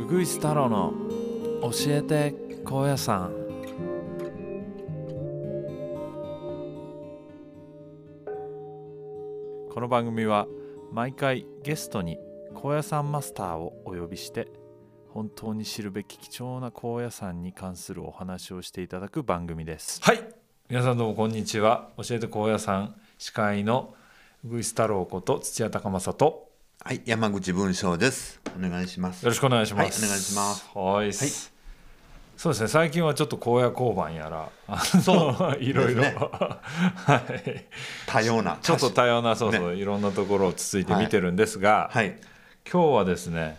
うぐいす太郎の教えて高野山この番組は毎回ゲストに高野山マスターをお呼びして本当に知るべき貴重な高野山に関するお話をしていただく番組ですはい皆さんどうもこんにちは教えて高野山司会のうぐいす太郎こと土屋隆正とはい、山口文章です。お願いします。よろしくお願いします。はいお願いします。はいっす。そうですね。最近はちょっと荒野交番やら、あの いろいろ、ですねはい。多様な。ちょっと多様なそうそう、いろんなところをつついて見てるんですが、はい。今日はですね。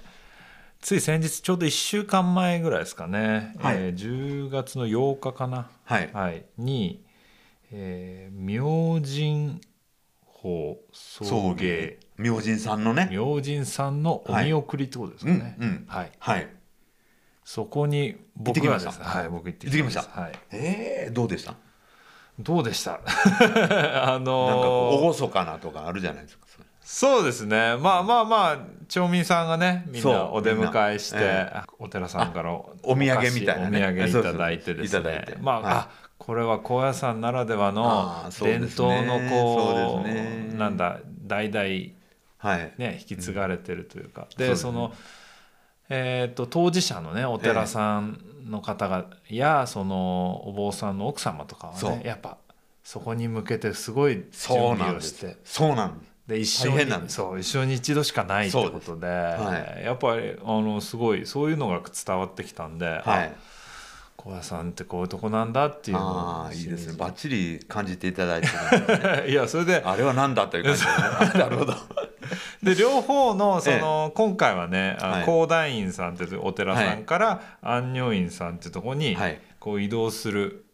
つい先日ちょうど1週間前ぐらいですかね、はいえー10月の8日かな、はい。に、えー明神法送送迎迎。明神さんのね。明神さんのお見送りってことですかね、うんうんはい、はい。そこにって僕きはましでたすね、はい、僕行って行ってきましはい、ええどうでした。なんかどうでした あこのーう厳かなとかあるじゃないですか。それそうですねまあまあまあ町民さんがねみんそうなお出迎えして、みんなお寺さんからおお土産みたいなねお菓子お土産いただいてですそうそういただねいてまあ,、はいあこれは高野山ならではあのーそう伝ですね統のこそううですねなんだ代々はい。ね、引き継がれてるというか、そうでですそねの、えー、と当事者のねお寺さんの方が、やそのお坊さんの奥様とかはそうねやっぱそこに向けてすごいそう準備なんをでしてすで。そうなんです。一生大に変なんですそう一生に一度しかないということではやっぱりあのすごいそういうのが伝わってきたんで、はあい。高野山ってこういうとこなんだっていうのをああ、いいですね。バッチリ感じていただいて る。いやそれであれはなんだという感じ だね。なるほど。で両方のそえの、今回はねあはいの高大院さんっていうお寺さんから安如院さんっていうところにはいこう移動する、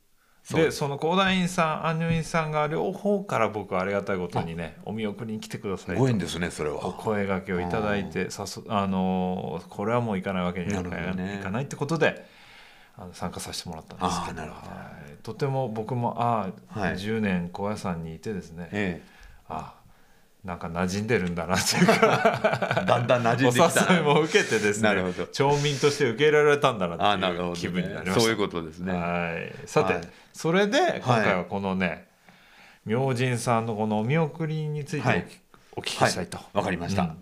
そうででその高大院さん安如院さんが両方から僕はありがたいことにねお見送りに来てくださいごと縁ですね、それおは。声掛けをいただいてさそあのーこれはもう行かないわけにはいかなるなほい,、どねかないってことであの参加させてもらったんですけどあーなるほはどいとても僕もああ、はい10年高野山にいてですね、えあなんか馴染んでるんだなっていうかえ。だんだん馴染んできたおな。誘いも受けてですねなるほど町民として受け入れられたんだあなあ、なっるていほど、うね。気分になりました、そういうことですね。はいさて、はいそれで今回はこのね、明神さんのこのお見送りについてお,、はいお聞きはいしたいとわ、かりましうたん。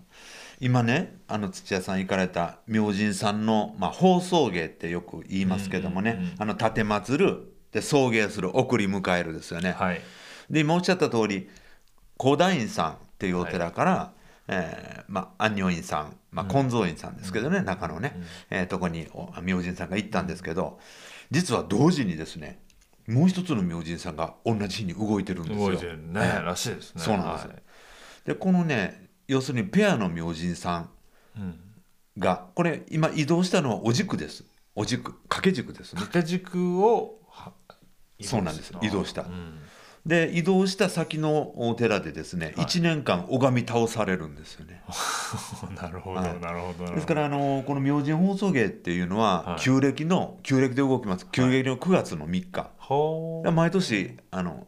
今ね、あの土屋さん行かれた明神さんの、まあ、放送芸ってよく言いますけどもね、うんうんうんあの立てまつるで送迎する送り迎えるですよね。はいで今おっしゃった通り高大院さんっていうお寺から、えーまあ、安如院さん、まあ、金蔵院さんですけどね、中のね、えーとこにお明神さんが行ったんですけど実は同時にですねもう一つの明神さんが同じ日に動いてるんですよ。動いてるね、ええらしいですねそうなんですよはいでこのね要するにペアの明神さんうんがこれ今移動したのはお軸ですお軸掛け軸ですね掛け軸をは移動そうなんですした移動したうん で移動した先のお寺でですね、はい1年間拝み倒されるんですよねなるほど、はいなるほどなるほどですからあのこの明神放送芸っていうのははい旧暦の旧暦で動きます旧暦の9月の3日ほう毎年あの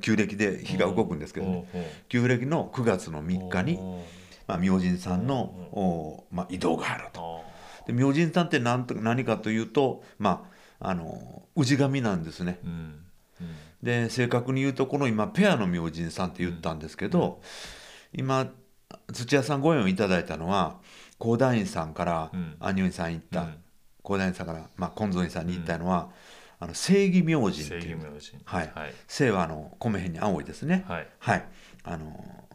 旧暦で日が動くんですけどねほうほう旧暦の9月の3日に、ほまあ、明神さんの、おまあ、移動があるうとほで明神さんって何と何かというと、まあ、あの氏神なんですねううんうんで正確に言うとこの今ペアの明神さんって言ったんですけど、今土屋さんご縁をいただいたのは高大院さんからうん安仁院さんに行った、うん高大院さんから、まあ、金蔵院さんに行ったのは、あの正義明神って正い義う明神はいはい正はあの米辺に青いですねはいはい、あの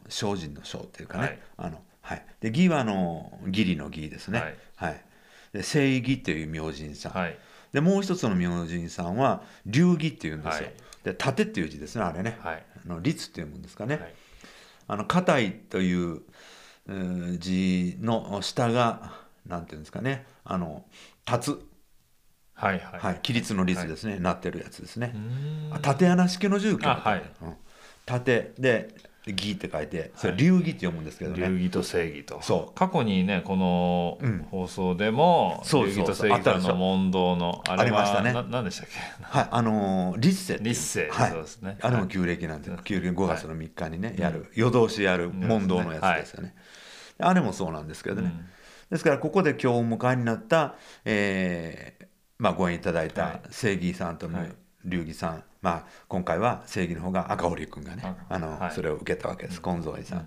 精進の精っていうかね、はいあのはい、で義はあの義理の義ですねはい、はいで正義っていう明神さん、はいでもう一つの明神さんは流儀っていうんですよ、はいで盾っていう字ですねあれね、はいあの律っていうんですかね、はいあの硬いといううー字の下がなんていうんですかねあの立はいつ、ははいい、規律の律ですね、なってるやつですねう、ーんあ縦穴式の住居あはいうん、縦で義って書いてそはれい流儀って読むんですけどね、流儀と正義とそ過去にねこのうん放送でもそう流儀そとうそ正う義さあったんでしのょ問答のああれりましはたねな何でしたっけはいあのー立世っていう立世はいそうですねあれはもい旧暦なんですよ旧暦5月の3日にね、いやる夜通しやる問答のやつですよね、あれもそうなんですけどね、ですからここで今日お迎えになった、えーまあ、ご縁いただいはたい正義さんとはもい流儀さん、まあ、今回は正義の方が赤堀君がね赤あの、はいそれを受けたわけです金蔵院さん。うん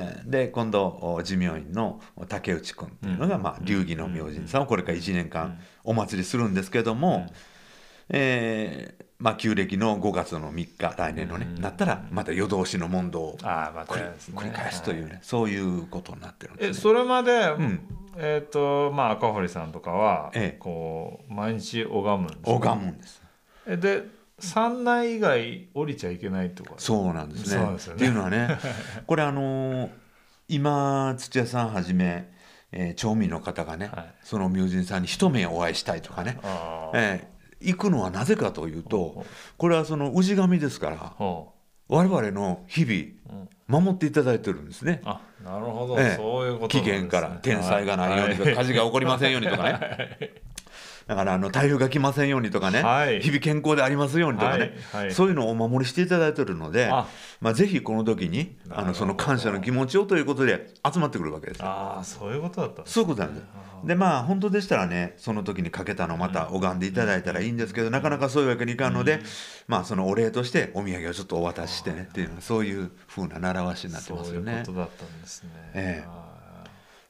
えーで今度お寿命院のお竹内君っていうのが、うんまあ、流儀の明神さんをこれから1年う間んお祭りするんですけども、えーまあ、旧暦の5月の3日来年のね、うんなったらまた夜通しの問答をああまた繰り,、ですね繰り返すというね、はそういうことになってるんです、えね、それまで、んえっ、とまあ赤堀さんとかは、ええこう毎日拝むんですか拝むんですえで三内以外降りちゃいけないとかそうなんですそうね。ですよねっていうの はねこれあのー今土屋さんはじめ、えー町民の方がね、はいその明神さんに一目お会いしたいとかね、ああえー行くのはなぜかというほとうこれはその氏神ですからほ我々の日う、うん、々守っていただいてるんですね。あなるほど、ええそういうこと期なんですね限から天災がないようにとか、は 火事が起こりませんようにとかね。だからあの台風が来ませんようにとかね、はい日々健康でありますようにとかね、はいはいそういうのをお守りしていただいてるのであまあ、ぜひこの時になるほどあのその感謝の気持ちをということで集まってくるわけですよああそういうことだったんですそういうことなんですでまあ本当でしたらねその時にかけたのまた拝んでいただいたらいいんですけど、なかなかそういうわけにいかんので、まあそのお礼としてお土産をちょっとお渡ししてねっていうそういうふうな習わしになってそうますいようこねと。だったんですね、ええあ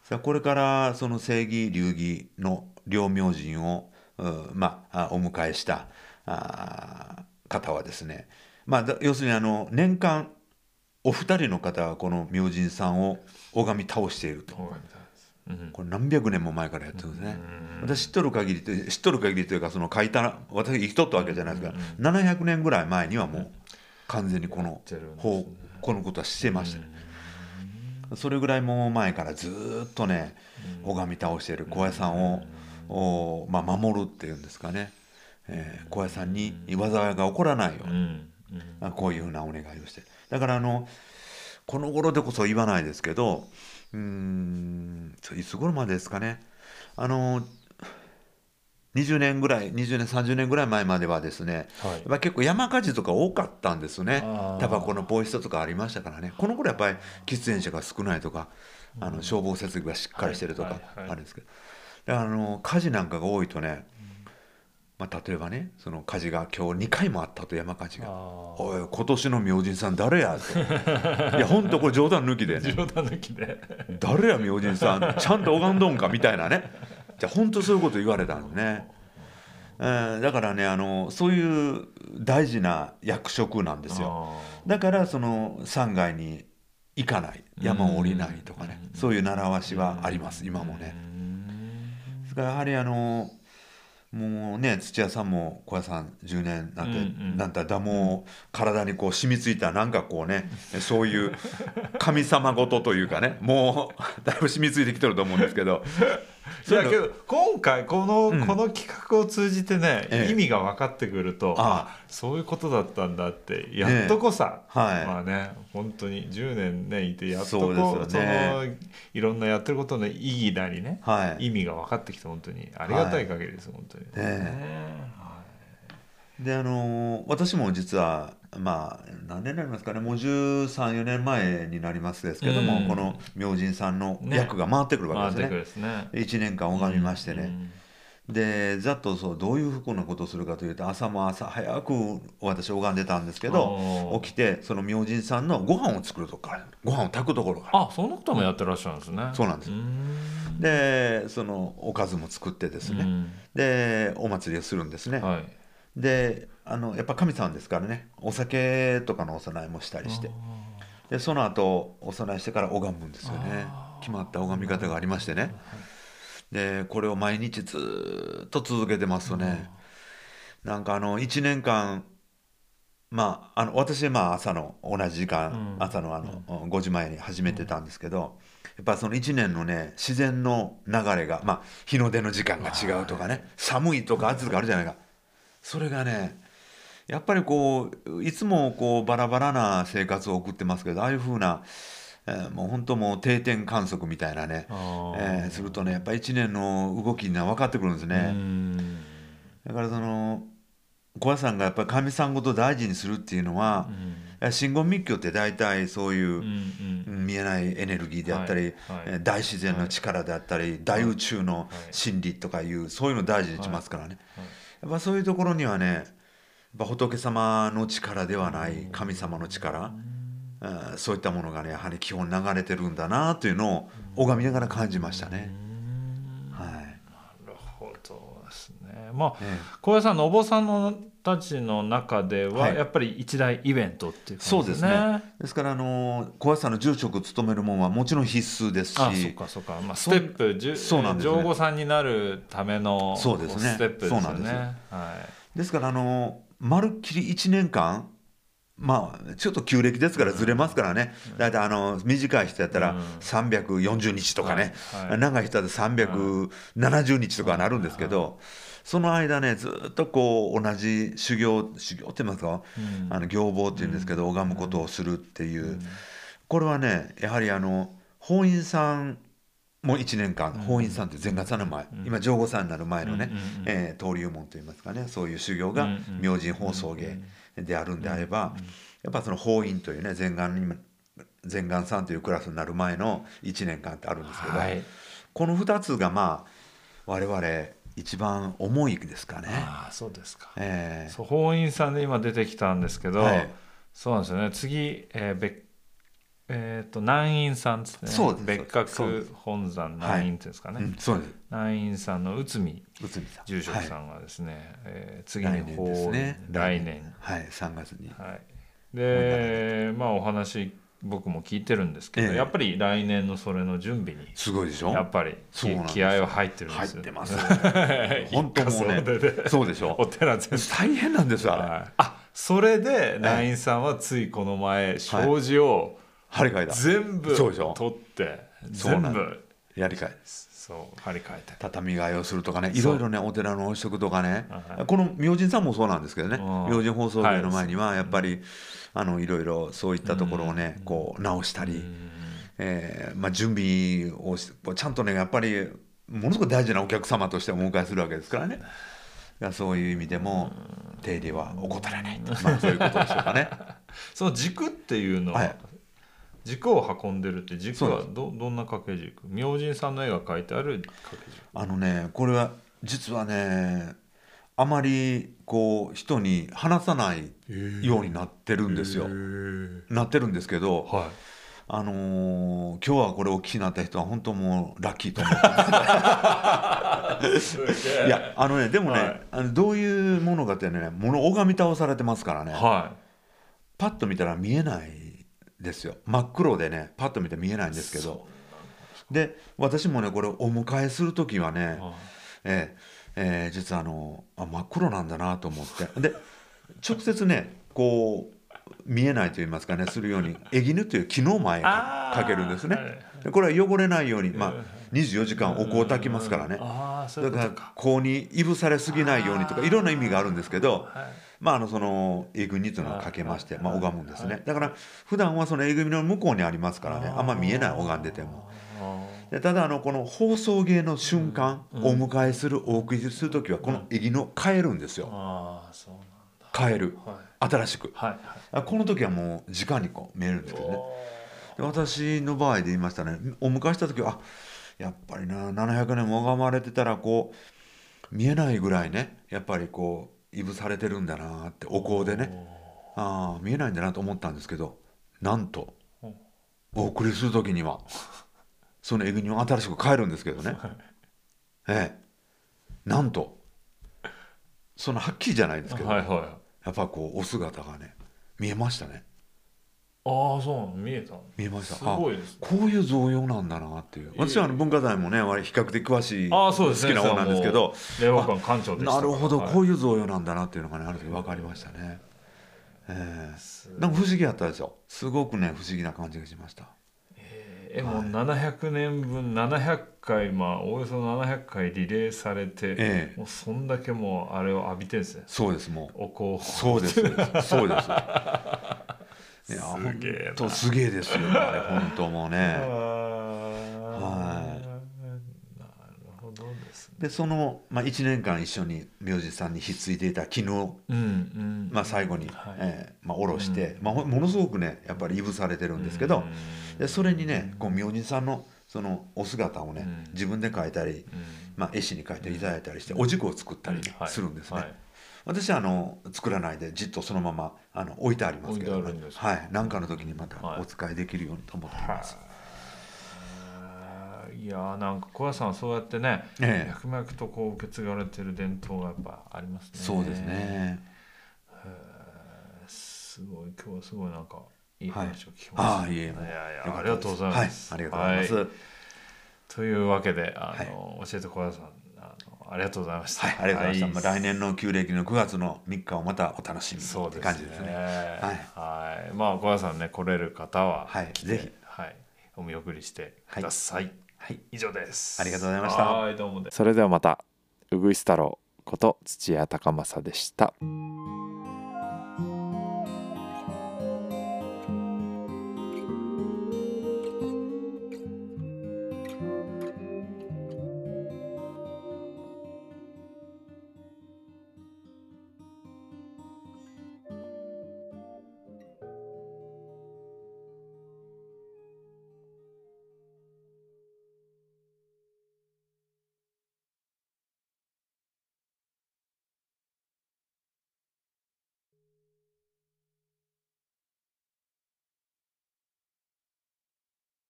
さあこれからその正義流儀の両明神を、うんまあ、あお迎えしたあー方はですね、まあ、だ要するにあの年間お二人の方がこの明神さんを拝み倒しているあと動画みたいです、うんこれ何百年も前からやってるんですね。私知っとる限りと知っとる限りというかその書いた私生きとったわけじゃないですから700年ぐらい前にはもう完全にこのてるんですね方このことはしてましたねそれぐらいもう前からずーっとね拝み倒している小屋さんを、おーまあ、守るっていうんですかね、えー小屋さんに災いが起こらないよううにんうんあこういうふうなお願いをしてだからあのこの頃でこそ言わないですけどうーんそういつ頃までですかねあの20年ぐらい20年30年ぐらい前まではですねはいやっぱり結構山火事とか多かったんですねあータバコのポイ捨てとかありましたからねこの頃やっぱり喫煙者が少ないとかあの消防設備がしっかりしてるとはかいはいはいあるんですけどだからあの火事なんかが多いとね、まあ、例えばねその火事が今日2回もあったと山火事がああ「おい今年の明神さん誰や?」って「い やほんとこれ冗談抜きで、ね、冗談抜きで誰や明神さんちゃんと拝んどんか」みたいなねじゃあほんとそういうこと言われたのね。えーだからねあのそういう大事な役職なんですよ。あだからその山外に行かない山を降りないとかねそういう習わしはあります今もあね。うんですからやはりあのもうね土屋さんも小屋さん10年なんて、うんうんなんてだもう体にこう染みついたなんかこうねそういう神様事というかねもう だいぶ染みついてきてると思うんですけどいそういうやのけど今回この、うんこの企画を通じてね、ええ意味が分かってくるとあそういうことだったんだってやっとこさ、えはいまあね本当に10年ねいてやっとそこうそ,、ですよねのいろんなやってることの意義なりね、はい意味が分かってきて本当にありがたい限りです、本当に、えであのー私も実はまあ何年になりますかねもう134年前になりますですけども、うんこの明神さんの役が回ってくるわ回っけでてすくねるですね1年間拝みましてね、うんでざっとそうどういうふうなことをするかというと朝も朝早く私拝んでたんですけおどー起きてその明神さんのご飯を作るとこからご飯を炊くところからあそんなこともやってらっしゃるんですねそうなんですんでそのおかずも作ってですね、うんでお祭りをするんですね、はいであのやっぱ神様ですからねお酒とかのお供えもしたりしてでその後お供えしてから拝むんですよねあー決まった拝み方がありましてねでこれを毎日ずーっと続けてますとねなんかあの1年間まああの私まあ朝の同じ時間、うん朝のあの5時前に始めてたんですけど、やっぱその1年のね自然の流れがまあ日の出の時間が違うとかね寒いとか暑いとかあるじゃないかそれがねやっぱりこういつもこうバラバラな生活を送ってますけどああいうふうな、えーもう本当もう定点観測みたいなね、あーえーするとねやっぱり1年の動きが分かってくるんですね。うんだからその小屋さんがやっぱり神さんごと大事にするっていうのは、うんえー真言密教って大体そういう、うんうん見えないエネルギーであったり、はいえはいー大自然の力であったり、大宇宙の真理とかいうそういうのを大事にしますからね、はいやっぱそういうところにはねやっぱ仏様の力ではない神様の力、えーそういったものがねやはり基本流れてるんだなというのを拝みながら感じましたね。はいなるほどですね。まあ、ええ小屋さんのお坊さんのたちの中では、はいやっぱり一大イベントっていうそ感うじでですすね。ね。ですから、あのー、小屋さんの住職を務めるもんはもちろん必須ですし、あそうかそうか、まあ、ステップじゅそうなんですね上皇さんになるためのそうですねステップですよそうなんですね。はいですから、あのー、まるっきり1年間、まあ、ちょっと旧暦ですからずれますからね、だいたいあのー短い人やったらうん340日とかね、はいはい長い人だと370日とかなるんですけど、その間ね、ずっとこう同じ修行、修行って言いますか、うんあの行坊っていうんですけど、拝むことをするっていう、これはねやはりあの法院さんも1年間、法院さんって前月の前、今上皇さんになる前のね、うんうんうんえー登竜門といいますかねそういう修行がうんうん明神放送芸であるんであれば、やっぱその法院というね前願に前願さんというクラスになる前の1年間ってあるんですけど、はいこの2つがまあ我々一番重いですかね。ああそうですか。えーそう法院さんで今出てきたんですけど、はいそうなんですよね次、えー別えー、と南院さんっつって、ね、そうです別そうで格す本山南院っていうんですかね、うんそうです南院さんの内海内海さん住職はさいんがですね、えー次に来年ですね法来年はい3月にはい、でまあお話僕も聞いてるんですけど、ええやっぱり来年のそれの準備にすごいでしょやっぱりそう気なんです気合は入ってるんで入っすよてます本 本当当もうねでねそうでしおょ寺全体大変なんですよあれはいあそれで LINE さんはついこの前障子を張り替えだ全部そうでしょ取ってそう全なん部やり替えそう張り替えて畳替えをするとかねそういろいろねお寺のお食とかねはいこの明神さんもそうなんですけどねうん明神放送会の前にはやっぱりあのいろいろそういったところをねこう直したりえーまあ準備をしちゃんとねやっぱりものすごく大事なお客様としてお迎えするわけですからねだからそういう意味でも手入れは怠らないとまあそういうことでしょうか ねその軸っていうのは、はい軸を運んでるって軸そうはでどどんな掛け軸明神さんの絵が描いてある掛け軸あのねこれは実はねあまりこう人に話さないようになってるんですよ。なってるんですけど、はあのー今日はこれお聞きになった人は本当もうラッキーと思ってい。すげえいやあのねでもね、はいあのどういうものかってねもの拝み倒されてますからね、はパッと見たら見えないですよ真っ黒でねパッと見て見えないんですけどで私もねこれお迎えする時はね、い。はええええ実はあのあ真っ黒なんだなと思ってで直接ねこう見えないと言いますかねするようにえぎぬという木の前あーかけるんですねはいはいでこれは汚れないように、まあうん、 24時間お香を炊きますからねいああ、そういだうこからとか。香にいぶされすぎないようにとあかーいろんな意味があるんですけどはいまああのそのえぐみというのをかけましてはいまあ拝むんですねだから普段はそのえぐみの向こうにありますからねあんま見えない拝んでても。あでただあのこの放送芸の瞬間、お迎えするお送りする時はこのえぎの変えるんですよあ、そうなん変えるだ。はい。新しくはい。はい。あこの時はもう時間にこう見えるんですけどねで私の場合で言いましたねお迎えした時はあやっぱりな700年も拝まれてたらこう見えないぐらいねやっぱりこういぶされてるんだなってお香でねああ見えないんだなと思ったんですけどなんとうんお送りする時にはそのえぐみを新しく変えるんですけどね、ええ、なんとそのはっきりじゃないですけど、はい。はい。やっぱこうお姿がね見えましたねああ、そうなの、見えた。見えましたすごいですね。こういう造用なんだなっていうえいえ私はあの文化財もね割比較的詳しあい好あ、そうですきね。な方なんですけどそれはもう。令和館館長でしたかなら。るほどはいこういう造用なんだなっていうのがねある時分かりましたねえすえなんか不思議やったですよすごくね不思議な感じがしましたえもう700年分700回まあおおよそ700回リレーされて、ええもうそんだけもうあれを浴びてるんですねそうですもうお香をそうですそうですいやすげえな本当すげえですよねあれ本当もうねはいはなるほどですねでその、まあ、1年間一緒に明神さんにひっついていた絹を、うんうんまあ、最後に、はいえーまあ、下ろして、まあ、ほものすごくねやっぱりいぶされてるんですけど、でそれにねこう明神さんのそのお姿をね、うん自分で描いたり、うんまあ、絵師に描いていただいたりしてお軸を作ったりねはいするんですね。はい私はあの作らないでじっとそのままあの置いてありますけど、置いてあるんですかはい、何かの時にまはいたお使いできるようにと思っています。へーいやーなんか小屋さんはそうやってねええ脈々とこう受け継がれてる伝統がやっぱありますねそうですね。へーすごい今日はすごいなんかいいはい話を聞きました、ああいえ、いやいよやかありがったでとうございます、はい、ありがとうございます。ははい、というわけであの、教えて小屋さんあのありがとうございました、ありがとうございました。はまあ来年の旧暦の9月の3日をまたお楽しみそうってですね感じですね。はい、まあ小屋さんね来れる方ははい来てぜひはい、お見送りしてください、はい、以上ですありがとうございましたはいどうもそれではまたうぐいす太郎こと土屋隆正でした